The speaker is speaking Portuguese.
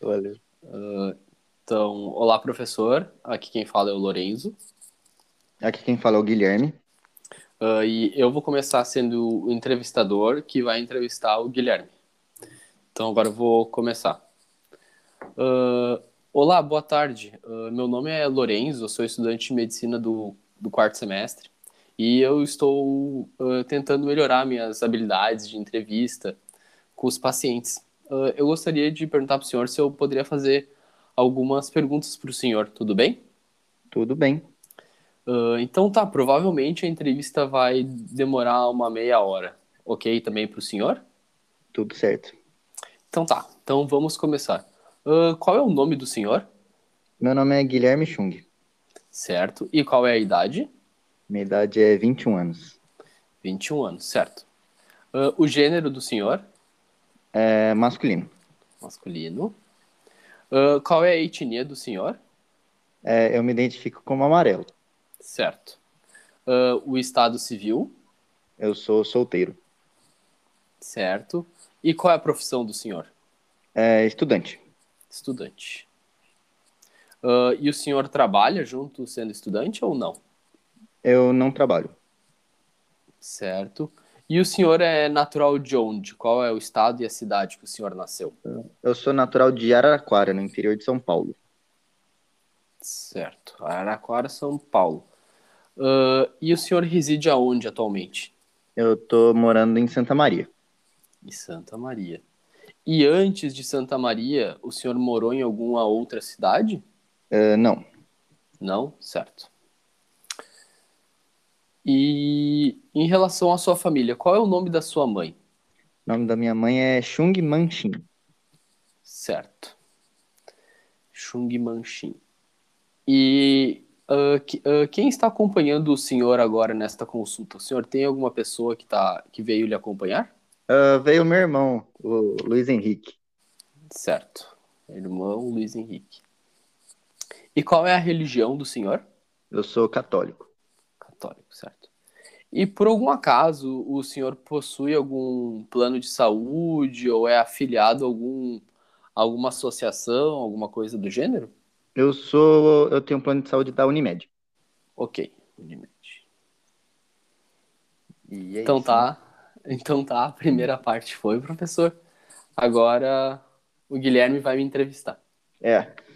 Valeu. Ah, então, olá, professor. Aqui quem fala é o Lorenzo. Aqui quem fala é o Guilherme. Ah, e eu vou começar sendo o entrevistador que vai entrevistar o Guilherme. Então, agora eu vou começar. Ah, olá, boa tarde. Ah, meu nome é Lorenzo, eu sou estudante de medicina do, do quarto semestre e eu estou ah, tentando melhorar minhas habilidades de entrevista com os pacientes. Ah, eu gostaria de perguntar para o senhor se eu poderia fazer algumas perguntas para o senhor, tudo bem? Tudo bem. Ah, então tá, provavelmente a entrevista vai demorar uma meia hora, ok? Também para o senhor? Tudo certo. Então tá, então vamos começar. Ah, qual é o nome do senhor? Meu nome é Guilherme Chung. Certo. E qual é a idade? Minha idade é 21 anos. 21 anos, certo. Ah, o gênero do senhor? É masculino. Masculino. Ah, qual é a etnia do senhor? É, eu me identifico como amarelo. Certo. Ah, o estado civil? Eu sou solteiro. Certo. E qual é a profissão do senhor? É estudante. Estudante. Ah, e o senhor trabalha junto sendo estudante ou não? Eu não trabalho. Certo. E o senhor é natural de onde? Qual é o estado e a cidade que o senhor nasceu? Eu sou natural de Araraquara, no interior de São Paulo. Certo. Araraquara, São Paulo. Ah, e o senhor reside aonde atualmente? Eu tô morando em Santa Maria. Em Santa Maria. E antes de Santa Maria, o senhor morou em alguma outra cidade? Ah, não. Não? Certo. E em relação à sua família, qual é o nome da sua mãe? O nome da minha mãe é Chung Manchin. Certo. Chung Manchin. E ah, que- ah, quem está acompanhando o senhor agora nesta consulta? O senhor tem alguma pessoa que, tá, que veio lhe acompanhar? Ah, veio meu irmão, o Luiz Henrique. Certo. Irmão Luiz Henrique. E qual é a religião do senhor? Eu sou católico. Católico, certo. E por algum acaso o senhor possui algum plano de saúde ou é afiliado a algum, alguma associação, alguma coisa do gênero? Eu sou, eu tenho um plano de saúde da Unimed. Ok, Unimed. E é Então isso, né? tá. Então tá, a primeira parte foi, professor. Agora o Guilherme vai me entrevistar. É.